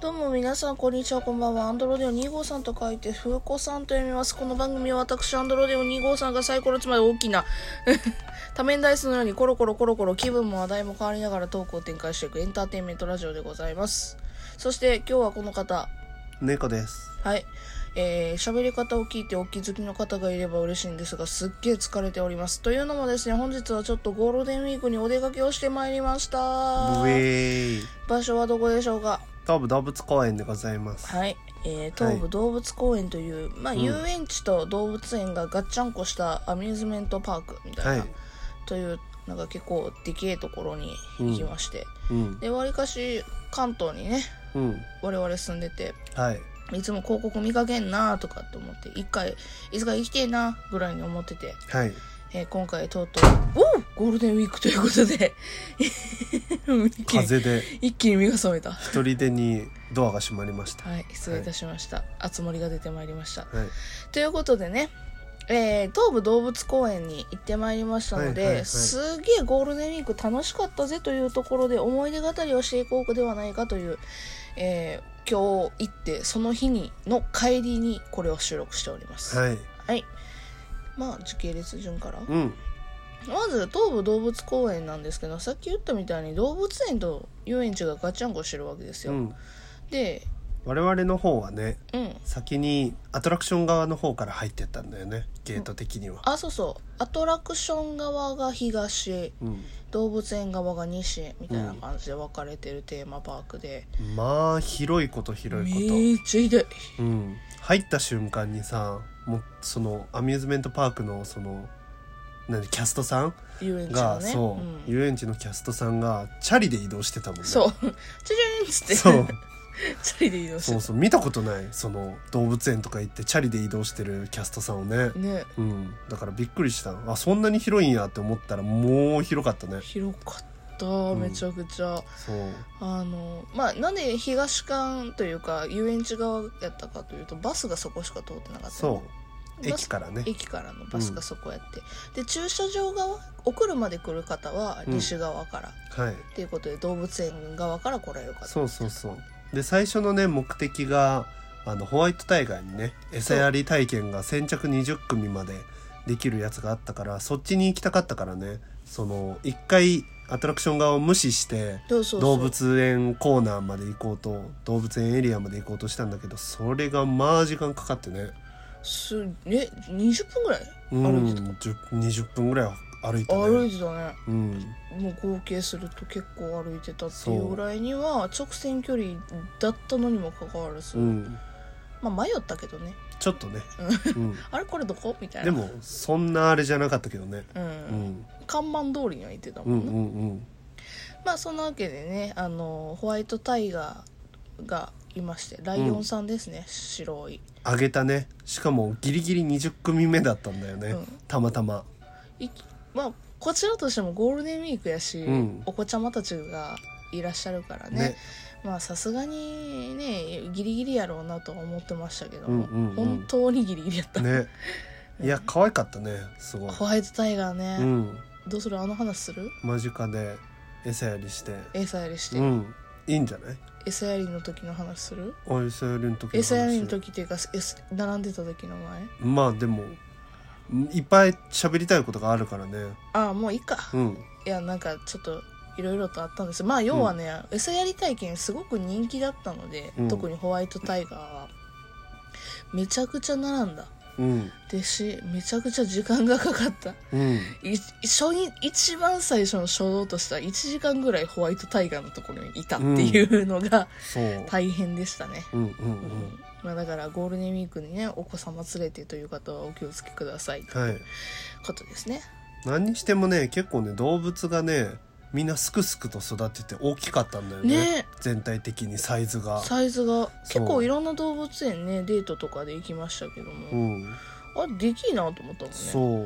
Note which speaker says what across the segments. Speaker 1: どうも皆さん、こんにちは、こんばんは。アンドロデオ2号さんと書いて、風子さんと読みます。この番組は私、アンドロデオ2号さんがサイコロつまり大きな 多面ダイスのようにコロコロコロコロ気分も話題も変わりながらトークを展開していくエンターテインメントラジオでございます。そして今日はこの方、
Speaker 2: 猫です。
Speaker 1: はい。えー、喋り方を聞いてお気づきの方がいれば嬉しいんですが、すっげえ疲れております。というのもですね、本日はちょっとゴールデンウィークにお出かけをしてまいりました。
Speaker 2: ブエーイ。
Speaker 1: 場所はどこでしょうか
Speaker 2: 東武動物公園でございます。
Speaker 1: はい、えー東
Speaker 2: は
Speaker 1: 武
Speaker 2: い
Speaker 1: 動物公園という、まあ、
Speaker 2: ん
Speaker 1: 遊園地と動物園がガッチャンコしたアミューズメントパークみたいな、
Speaker 2: はい。
Speaker 1: というなんか結構でけえところに行きまして、
Speaker 2: うん。
Speaker 1: でわりかし関東にね
Speaker 2: うん。
Speaker 1: 我々住んでて
Speaker 2: はい。
Speaker 1: いつも広告見かけんなとかって思って一回いつか行きてえなぐらいに思ってて、
Speaker 2: はい。
Speaker 1: えー今回とうとうおうゴールデンウィークということで 一気に
Speaker 2: 風で
Speaker 1: 一気に目が覚めた
Speaker 2: 一人でにドアが閉まりました。
Speaker 1: はい失礼いたしました、熱盛が出てまいりました
Speaker 2: はい。
Speaker 1: ということでね、えー東武動物公園に行ってまいりましたので、
Speaker 2: はいはいはい
Speaker 1: すげえゴールデンウィーク楽しかったぜというところで思い出語りをしていこうではないかという、えー今日行ってその日にの帰りにこれを収録しております。はい、
Speaker 2: はい。
Speaker 1: まあ時系列順から、
Speaker 2: うん。
Speaker 1: まず東武動物公園なんですけどさっき言ったみたいに動物園と遊園地がガチャンコしてるわけです
Speaker 2: う
Speaker 1: よ。
Speaker 2: ん。
Speaker 1: で、
Speaker 2: 我々の方はね、
Speaker 1: うん、
Speaker 2: 先にアトラクション側の方から入ってったんだよね。ゲート的には。
Speaker 1: あそうそうアトラクション側が東
Speaker 2: うん。
Speaker 1: 動物園側が西みたいな感じで分かれてるテーマパークで、
Speaker 2: まあ、広いこと広いこと。
Speaker 1: めっちゃ痛い
Speaker 2: うん、入った瞬間にさもうそのアミューズメントパークのその何キャストさん
Speaker 1: 遊園地
Speaker 2: が、
Speaker 1: のね
Speaker 2: そ
Speaker 1: う
Speaker 2: う、
Speaker 1: ん
Speaker 2: 遊園地のキャストさんがチャリで移動してたもんね
Speaker 1: そうチュチュンっつって
Speaker 2: そう
Speaker 1: チャリで移動して
Speaker 2: そ
Speaker 1: た
Speaker 2: うそう見たことないその動物園とか行ってチャリで移動してるキャストさんをね、
Speaker 1: ね
Speaker 2: うん、だからびっくりしたあそんなに広いんやって思ったらもう広かったね
Speaker 1: 広かった
Speaker 2: ん
Speaker 1: めちゃくちゃ、
Speaker 2: そう
Speaker 1: あのまあなんで東館というか遊園地側やったかというとバスがそこしか通ってなかったよね
Speaker 2: そう
Speaker 1: バス
Speaker 2: 駅からね
Speaker 1: 駅からのバスがそこやって、で駐車場側お車で来る方は西側から、っ
Speaker 2: はい
Speaker 1: ていうことで動物園側から来られる方
Speaker 2: そうそうそうで最初のね目的があのホワイトタイガーにね餌やり体験が先着20組までできるやつがあったからそっちに行きたかったからねその一回アトラクション側を無視して
Speaker 1: そうそうそう
Speaker 2: 動物園コーナーまで行こうと動物園エリアまで行こうとしたんだけどそれがまあ時間かかってね
Speaker 1: すえ20分ぐらい
Speaker 2: うん
Speaker 1: 歩いてた、
Speaker 2: 10 20分ぐらい歩いたね
Speaker 1: 歩いてたね
Speaker 2: うん
Speaker 1: もう合計すると結構歩いてたっていうぐらいには直線距離だったのにもかかわらず、
Speaker 2: うん
Speaker 1: まあ迷ったけどね
Speaker 2: ちょっとね、 うん、
Speaker 1: あれこれどこみたいな
Speaker 2: でもそんなあれじゃなかったけどね、
Speaker 1: うん
Speaker 2: うん、
Speaker 1: 看板通りには行ってた
Speaker 2: う
Speaker 1: もん
Speaker 2: ん
Speaker 1: ね、
Speaker 2: うんうん
Speaker 1: まあそんなわけでねあのホワイトタイガーがいましてライオンさんですね、白い
Speaker 2: あげたねしかもギリギリ20組目だったんだよね、
Speaker 1: うん
Speaker 2: たまたま
Speaker 1: いまあこちらとしてもゴールデンウィークやし、
Speaker 2: うん
Speaker 1: お子ちゃまたちがいらっしゃるからね
Speaker 2: ね
Speaker 1: まあさすがにねギリギリやろうなとは思ってましたけど、
Speaker 2: うんうんうん
Speaker 1: 本当にギリギリやった、
Speaker 2: ねいや可愛かったねすごい
Speaker 1: ホワイトタイガーね、
Speaker 2: うん
Speaker 1: どうするあの話する
Speaker 2: 間近で餌やりして
Speaker 1: 餌やりして、
Speaker 2: うんいいんじゃない
Speaker 1: 餌やりの時の話する
Speaker 2: お餌やりの時の話
Speaker 1: 餌やりの時っていうか、餌並んでた時の前
Speaker 2: まあでもんいっぱい喋りたいことがあるからね
Speaker 1: ああもういいか、
Speaker 2: うん
Speaker 1: いやなんかちょっといろいろとあったんですまあ要はね、餌やり体験すごく人気だったので、
Speaker 2: うん
Speaker 1: 特にホワイトタイガーはめちゃくちゃ並んだ
Speaker 2: うん
Speaker 1: ですしめちゃくちゃ時間がかかった
Speaker 2: うん
Speaker 1: い初に一番最初の初動とした1時間ぐらいホワイトタイガーのところにいたっていうのが
Speaker 2: そう
Speaker 1: 大変でしたね、
Speaker 2: うんうん
Speaker 1: う
Speaker 2: うん
Speaker 1: んまあ、だからゴールデンウィークにねお子様連れてという方はお気をつけくださいという
Speaker 2: はい
Speaker 1: ことですね
Speaker 2: 何にしてもね結構ね動物がねみんなすくすくと育ってて大きかったんだよね
Speaker 1: ね
Speaker 2: 全体的にサイズが
Speaker 1: サイズが
Speaker 2: そう
Speaker 1: 結構いろんな動物園ねデートとかで行きましたけど
Speaker 2: う
Speaker 1: も、
Speaker 2: ん
Speaker 1: あれできいなと思ったもんね
Speaker 2: そ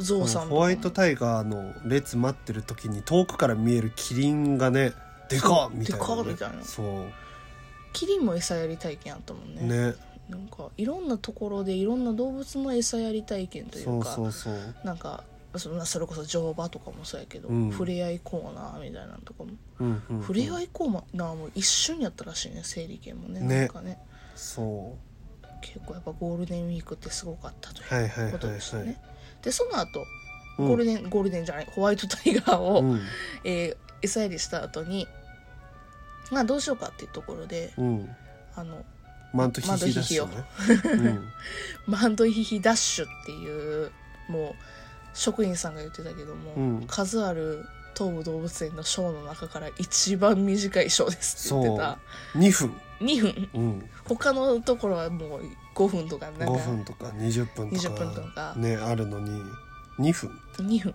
Speaker 2: う
Speaker 1: ゾウさんとかも
Speaker 2: ホワイトタイガーの列待ってる時に遠くから見えるキリンがねでかっみたいなね、
Speaker 1: でかっみたいな
Speaker 2: そ
Speaker 1: キリンも餌やり体験あったもん
Speaker 2: う
Speaker 1: ね
Speaker 2: ね
Speaker 1: なんかいろんなところでいろんな動物の餌やり体験とい
Speaker 2: そうう
Speaker 1: か
Speaker 2: そうそう
Speaker 1: なんかそんなそれこそ乗馬とかもそうやけど、
Speaker 2: うん
Speaker 1: 触れ合いコーナーみたいなのとかも、
Speaker 2: うんうんうん
Speaker 1: 触れ合いコーナーも一瞬やったらしいね整理券もね
Speaker 2: ね
Speaker 1: なんかね
Speaker 2: そ
Speaker 1: 結構やっぱゴールデンウィークってすごかったと
Speaker 2: うはいいはいうは
Speaker 1: こ
Speaker 2: い
Speaker 1: と
Speaker 2: はい
Speaker 1: ですね、でその後
Speaker 2: うん
Speaker 1: ゴールデン、ゴールデンじゃないホワイトタイガーを、
Speaker 2: うん
Speaker 1: えー餌やりした後にまあどうしようかっていうところで
Speaker 2: うん
Speaker 1: あの
Speaker 2: マントヒヒだしねうん
Speaker 1: マンドヒヒダッシュっていうもう職員さんが言ってたけども、
Speaker 2: うん
Speaker 1: 数ある東武動物園のショーの中から一番短いショーですって言ってた
Speaker 2: 2分
Speaker 1: 2分
Speaker 2: うん
Speaker 1: 他のところはもう5分とかなんか
Speaker 2: 5分とか20分と
Speaker 1: 20
Speaker 2: か
Speaker 1: 分とか
Speaker 2: ねあるのに2分
Speaker 1: 2分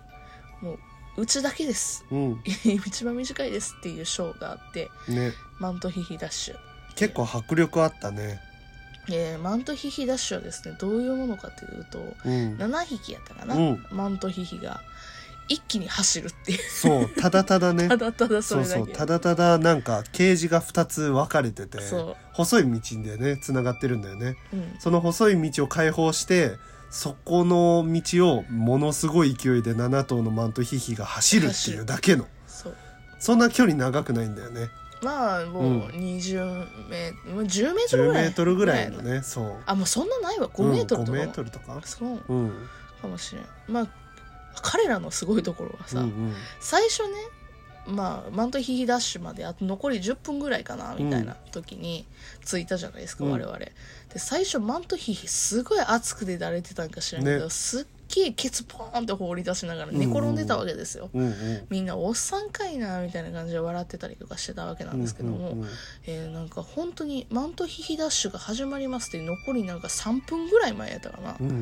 Speaker 1: もううちだけです
Speaker 2: うん
Speaker 1: 一番短いですっていうショーがあって
Speaker 2: ね
Speaker 1: マントヒヒダッシュ
Speaker 2: 結構迫力あったね
Speaker 1: えーマントヒヒダッシュはですねどういうものかというと
Speaker 2: うん
Speaker 1: 7匹やったかな、
Speaker 2: うん
Speaker 1: マントヒヒが一気に走るっていう
Speaker 2: そうただただね
Speaker 1: ただただそ
Speaker 2: そう
Speaker 1: れだけ
Speaker 2: そうただただなんかケージが2つ分かれてて
Speaker 1: そう
Speaker 2: 細い道でねつながってるんだよね
Speaker 1: うん
Speaker 2: その細い道を開放してそこの道をものすごい勢いで7頭のマントヒヒが走るっていうだけの
Speaker 1: そう
Speaker 2: そんな距離長くないんだよね
Speaker 1: まあもう20メーもう10メートル
Speaker 2: 10
Speaker 1: ぐ
Speaker 2: メ
Speaker 1: らい
Speaker 2: ートルぐらいのねそう
Speaker 1: あもうそんなないわ
Speaker 2: う
Speaker 1: 5
Speaker 2: ん
Speaker 1: メートルと
Speaker 2: 5
Speaker 1: か
Speaker 2: メ
Speaker 1: も、
Speaker 2: ートルとか
Speaker 1: そう
Speaker 2: うん
Speaker 1: かもしれんまあ彼らのすごいところは
Speaker 2: う
Speaker 1: さ、
Speaker 2: んうん
Speaker 1: 最初ねまあマントヒヒダッシュまであと残り10分ぐらいかなみたいな時に着いたじゃないですか、
Speaker 2: うん
Speaker 1: 我々で最初マントヒヒすごい熱くてだれてたんか知らんけど、
Speaker 2: ね
Speaker 1: すっげえケツポーンって放り出しながら寝転んでたわけですよ、
Speaker 2: うんうん
Speaker 1: みんなおっさんかいなみたいな感じで笑ってたりとかしてたわけなんですけども、
Speaker 2: うんうんうん
Speaker 1: えーなんか本当にマントヒヒダッシュが始まりますって残りなんか3分ぐらい前やったかな,、
Speaker 2: うん
Speaker 1: うん、
Speaker 2: ウ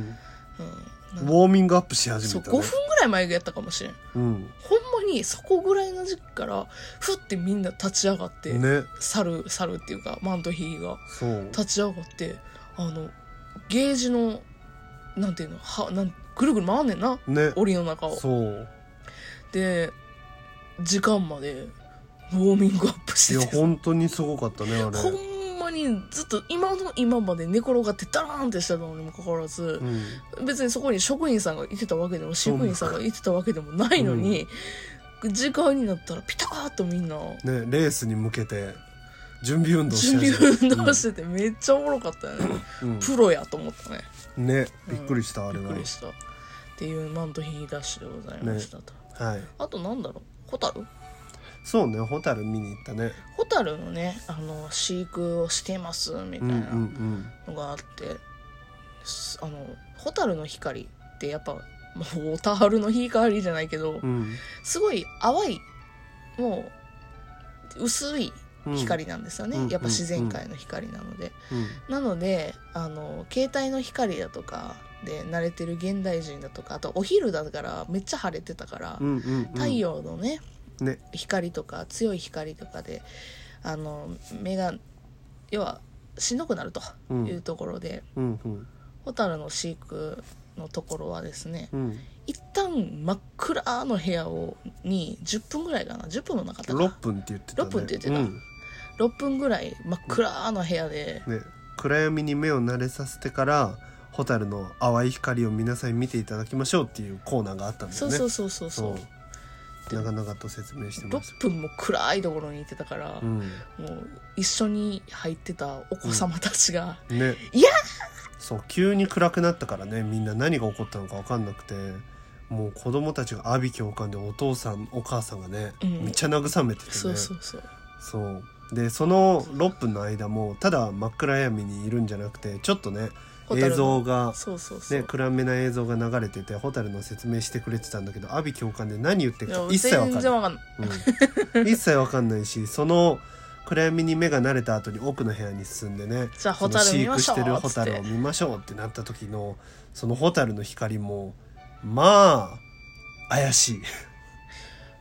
Speaker 1: な
Speaker 2: ォ
Speaker 1: んか
Speaker 2: ーミングアップし始
Speaker 1: そう
Speaker 2: め
Speaker 1: 5
Speaker 2: た、
Speaker 1: 分
Speaker 2: ね、
Speaker 1: ぐらい前やったかもしれん
Speaker 2: うん
Speaker 1: ほんまにそこぐらいの時期からふってみんな立ち上がって、
Speaker 2: ね
Speaker 1: 猿猿っていうかマントヒヒが
Speaker 2: そう
Speaker 1: 立ち上がってあのゲージのなんていうのはなんぐるぐる回んねんな
Speaker 2: ね
Speaker 1: 檻の中を
Speaker 2: そう
Speaker 1: で時間までウォーミングアップ
Speaker 2: い
Speaker 1: し
Speaker 2: や
Speaker 1: てて
Speaker 2: 本当にすごかったねあれ
Speaker 1: ほんまにずっと今の今まで寝転がってダラーンってしてたのにもかかわらず
Speaker 2: う、ん
Speaker 1: 別にそこに職員さんがいてたわけでも飼育員さんがいてたわけでもないのに、時間になったらピターッとみんな
Speaker 2: ねレースに向けて準備運動し
Speaker 1: 準
Speaker 2: 始
Speaker 1: 備
Speaker 2: め
Speaker 1: 運動しててめっちゃおもろかったよね、
Speaker 2: うん
Speaker 1: プロやと思ったね
Speaker 2: うんねびっくりしたあ
Speaker 1: び
Speaker 2: れ
Speaker 1: っ
Speaker 2: は
Speaker 1: くりしたっていうマントヒーダッシュでございましたと、
Speaker 2: はい
Speaker 1: あとなんだろうホタル
Speaker 2: そうねホタル見に行ったね
Speaker 1: ホタルのねあの飼育をしてますみ
Speaker 2: う
Speaker 1: たい
Speaker 2: んう
Speaker 1: なん
Speaker 2: うん
Speaker 1: のがあって、すあの蛍の光ってやっぱもう蛍の光じゃないけど、
Speaker 2: うん
Speaker 1: すごい淡いもう薄い
Speaker 2: うん
Speaker 1: 光なんですよね、
Speaker 2: うん
Speaker 1: やっぱ自然界の光なので、
Speaker 2: うん
Speaker 1: なのであの携帯の光だとかで慣れてる現代人だとかあとお昼だからめっちゃ晴れてたから、
Speaker 2: うんうんうん
Speaker 1: 太陽のね
Speaker 2: ね
Speaker 1: 光とか強い光とかであの目が要はしんどくなると
Speaker 2: うん
Speaker 1: いうところで、
Speaker 2: うんうん
Speaker 1: ホタルの飼育のところはですね
Speaker 2: うん
Speaker 1: 一旦真っ暗の部屋をに10分ぐらいかな10分もなかったか
Speaker 2: 6
Speaker 1: な
Speaker 2: 分って言ってたね
Speaker 1: 六分って言ってた
Speaker 2: うん
Speaker 1: 6分ぐらい真っ暗の部屋で、
Speaker 2: ね、暗闇に目を慣れさせてから蛍の淡い光を皆さんに見ていただきましょうっていうコーナーがあったんだよね
Speaker 1: そうそうそうそうそう
Speaker 2: そう長々と説明してます
Speaker 1: 6分も暗いところにいてたから、
Speaker 2: うん
Speaker 1: もう一緒に入ってたお子様たちが、
Speaker 2: ね
Speaker 1: いや
Speaker 2: そう急に暗くなったからねみんな何が起こったのか分かんなくてもう子供たちが阿鼻教官でお父さんお母さんがね、
Speaker 1: うん
Speaker 2: めっちゃ慰めててね
Speaker 1: そうそうそう
Speaker 2: そうでその6分の間もただ真っ暗闇にいるんじゃなくてちょっとね
Speaker 1: 蛍
Speaker 2: 映
Speaker 1: の
Speaker 2: 像が
Speaker 1: そうそうそう、
Speaker 2: ね、暗めな映像が流れてて蛍の説明してくれてたんだけど阿鼻教官で何言ってる
Speaker 1: いや
Speaker 2: か一切わか
Speaker 1: 全
Speaker 2: んな
Speaker 1: 然
Speaker 2: い、
Speaker 1: わかんない
Speaker 2: うん一切わかんないしその暗闇に目が慣れた後に奥の部屋に進んでね
Speaker 1: じゃあ
Speaker 2: その
Speaker 1: 蛍
Speaker 2: 飼
Speaker 1: 見ま
Speaker 2: 育
Speaker 1: しょ
Speaker 2: し
Speaker 1: う
Speaker 2: てる
Speaker 1: っつっ
Speaker 2: 蛍を
Speaker 1: て
Speaker 2: 見ましょうってなった時のその蛍の光もまあ怪しい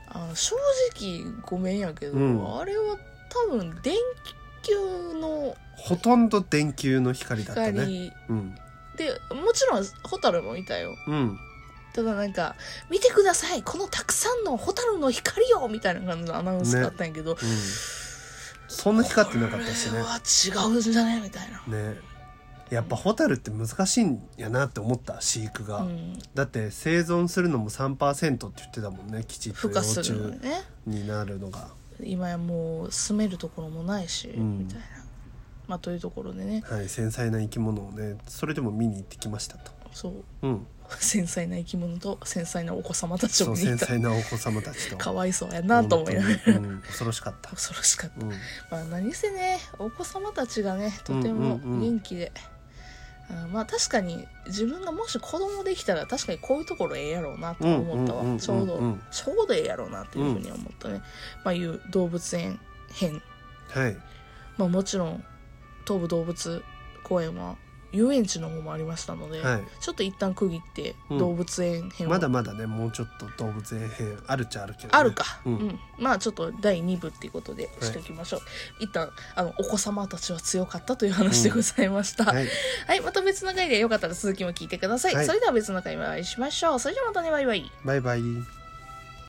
Speaker 1: あの正直ごめんやけど、
Speaker 2: うん
Speaker 1: あれは多分電球の
Speaker 2: ほとんど電球の光だった
Speaker 1: 光
Speaker 2: ねうん
Speaker 1: でもちろん蛍もいたよ
Speaker 2: うん
Speaker 1: ただなんか「見てくださいこのたくさんの蛍の光よ!」みたいな感じのアナウンス
Speaker 2: ね
Speaker 1: だったんやけど、
Speaker 2: うんそんな光ってなかったし
Speaker 1: これ
Speaker 2: ね
Speaker 1: は違うんじゃねみたいな
Speaker 2: ねやっぱホタルって難しいんやなって思った飼育
Speaker 1: う
Speaker 2: が、
Speaker 1: ん、
Speaker 2: だって生存するのも3%って言ってたもんねきちっ
Speaker 1: 孵
Speaker 2: と幼
Speaker 1: 化す
Speaker 2: 虫
Speaker 1: るのね
Speaker 2: になるのが
Speaker 1: 今やもう住めるところもないし、
Speaker 2: ん
Speaker 1: みたいなまあというところでね
Speaker 2: はい、繊細な生き物をねそれでも見に行ってきましたと、
Speaker 1: そう
Speaker 2: うん、
Speaker 1: 繊細な生き物と繊細なお子様たち
Speaker 2: そ
Speaker 1: を
Speaker 2: う
Speaker 1: 見
Speaker 2: 繊
Speaker 1: た
Speaker 2: 細なお子様たちと
Speaker 1: かわいそうやなと思いながら
Speaker 2: 本当にうん、恐ろしかった、
Speaker 1: 恐ろしかった、
Speaker 2: うん、
Speaker 1: まあ、何せねお子様たちがねとても
Speaker 2: うんうんうん
Speaker 1: 元気で、あーまあ確かに自分がもし子供できたら確かにこういうところええやろうなと思ったわ、
Speaker 2: うんうんうんうんうん
Speaker 1: ちょうどちょうどええやろうなっていうふうに思ったね、まあいう動物園編、
Speaker 2: はい
Speaker 1: まあ、もちろん東武動物公園は遊園地の方もありましたので、
Speaker 2: はい
Speaker 1: ちょっと一旦区切って
Speaker 2: うん
Speaker 1: 動物園編を、
Speaker 2: まだまだねもうちょっと動物園編あるっちゃあるけど、ね、
Speaker 1: あるか、う
Speaker 2: うんん
Speaker 1: まあちょっと第2部っていうことでしておきましょう、一旦あのお子様たちは強かったという話でございました、
Speaker 2: はい
Speaker 1: はい、また別の回でよかったら続きも聞いてください。
Speaker 2: はい
Speaker 1: それでは別の回でお会いしましょう。それじゃあまたね、バイバイ。
Speaker 2: バイバイ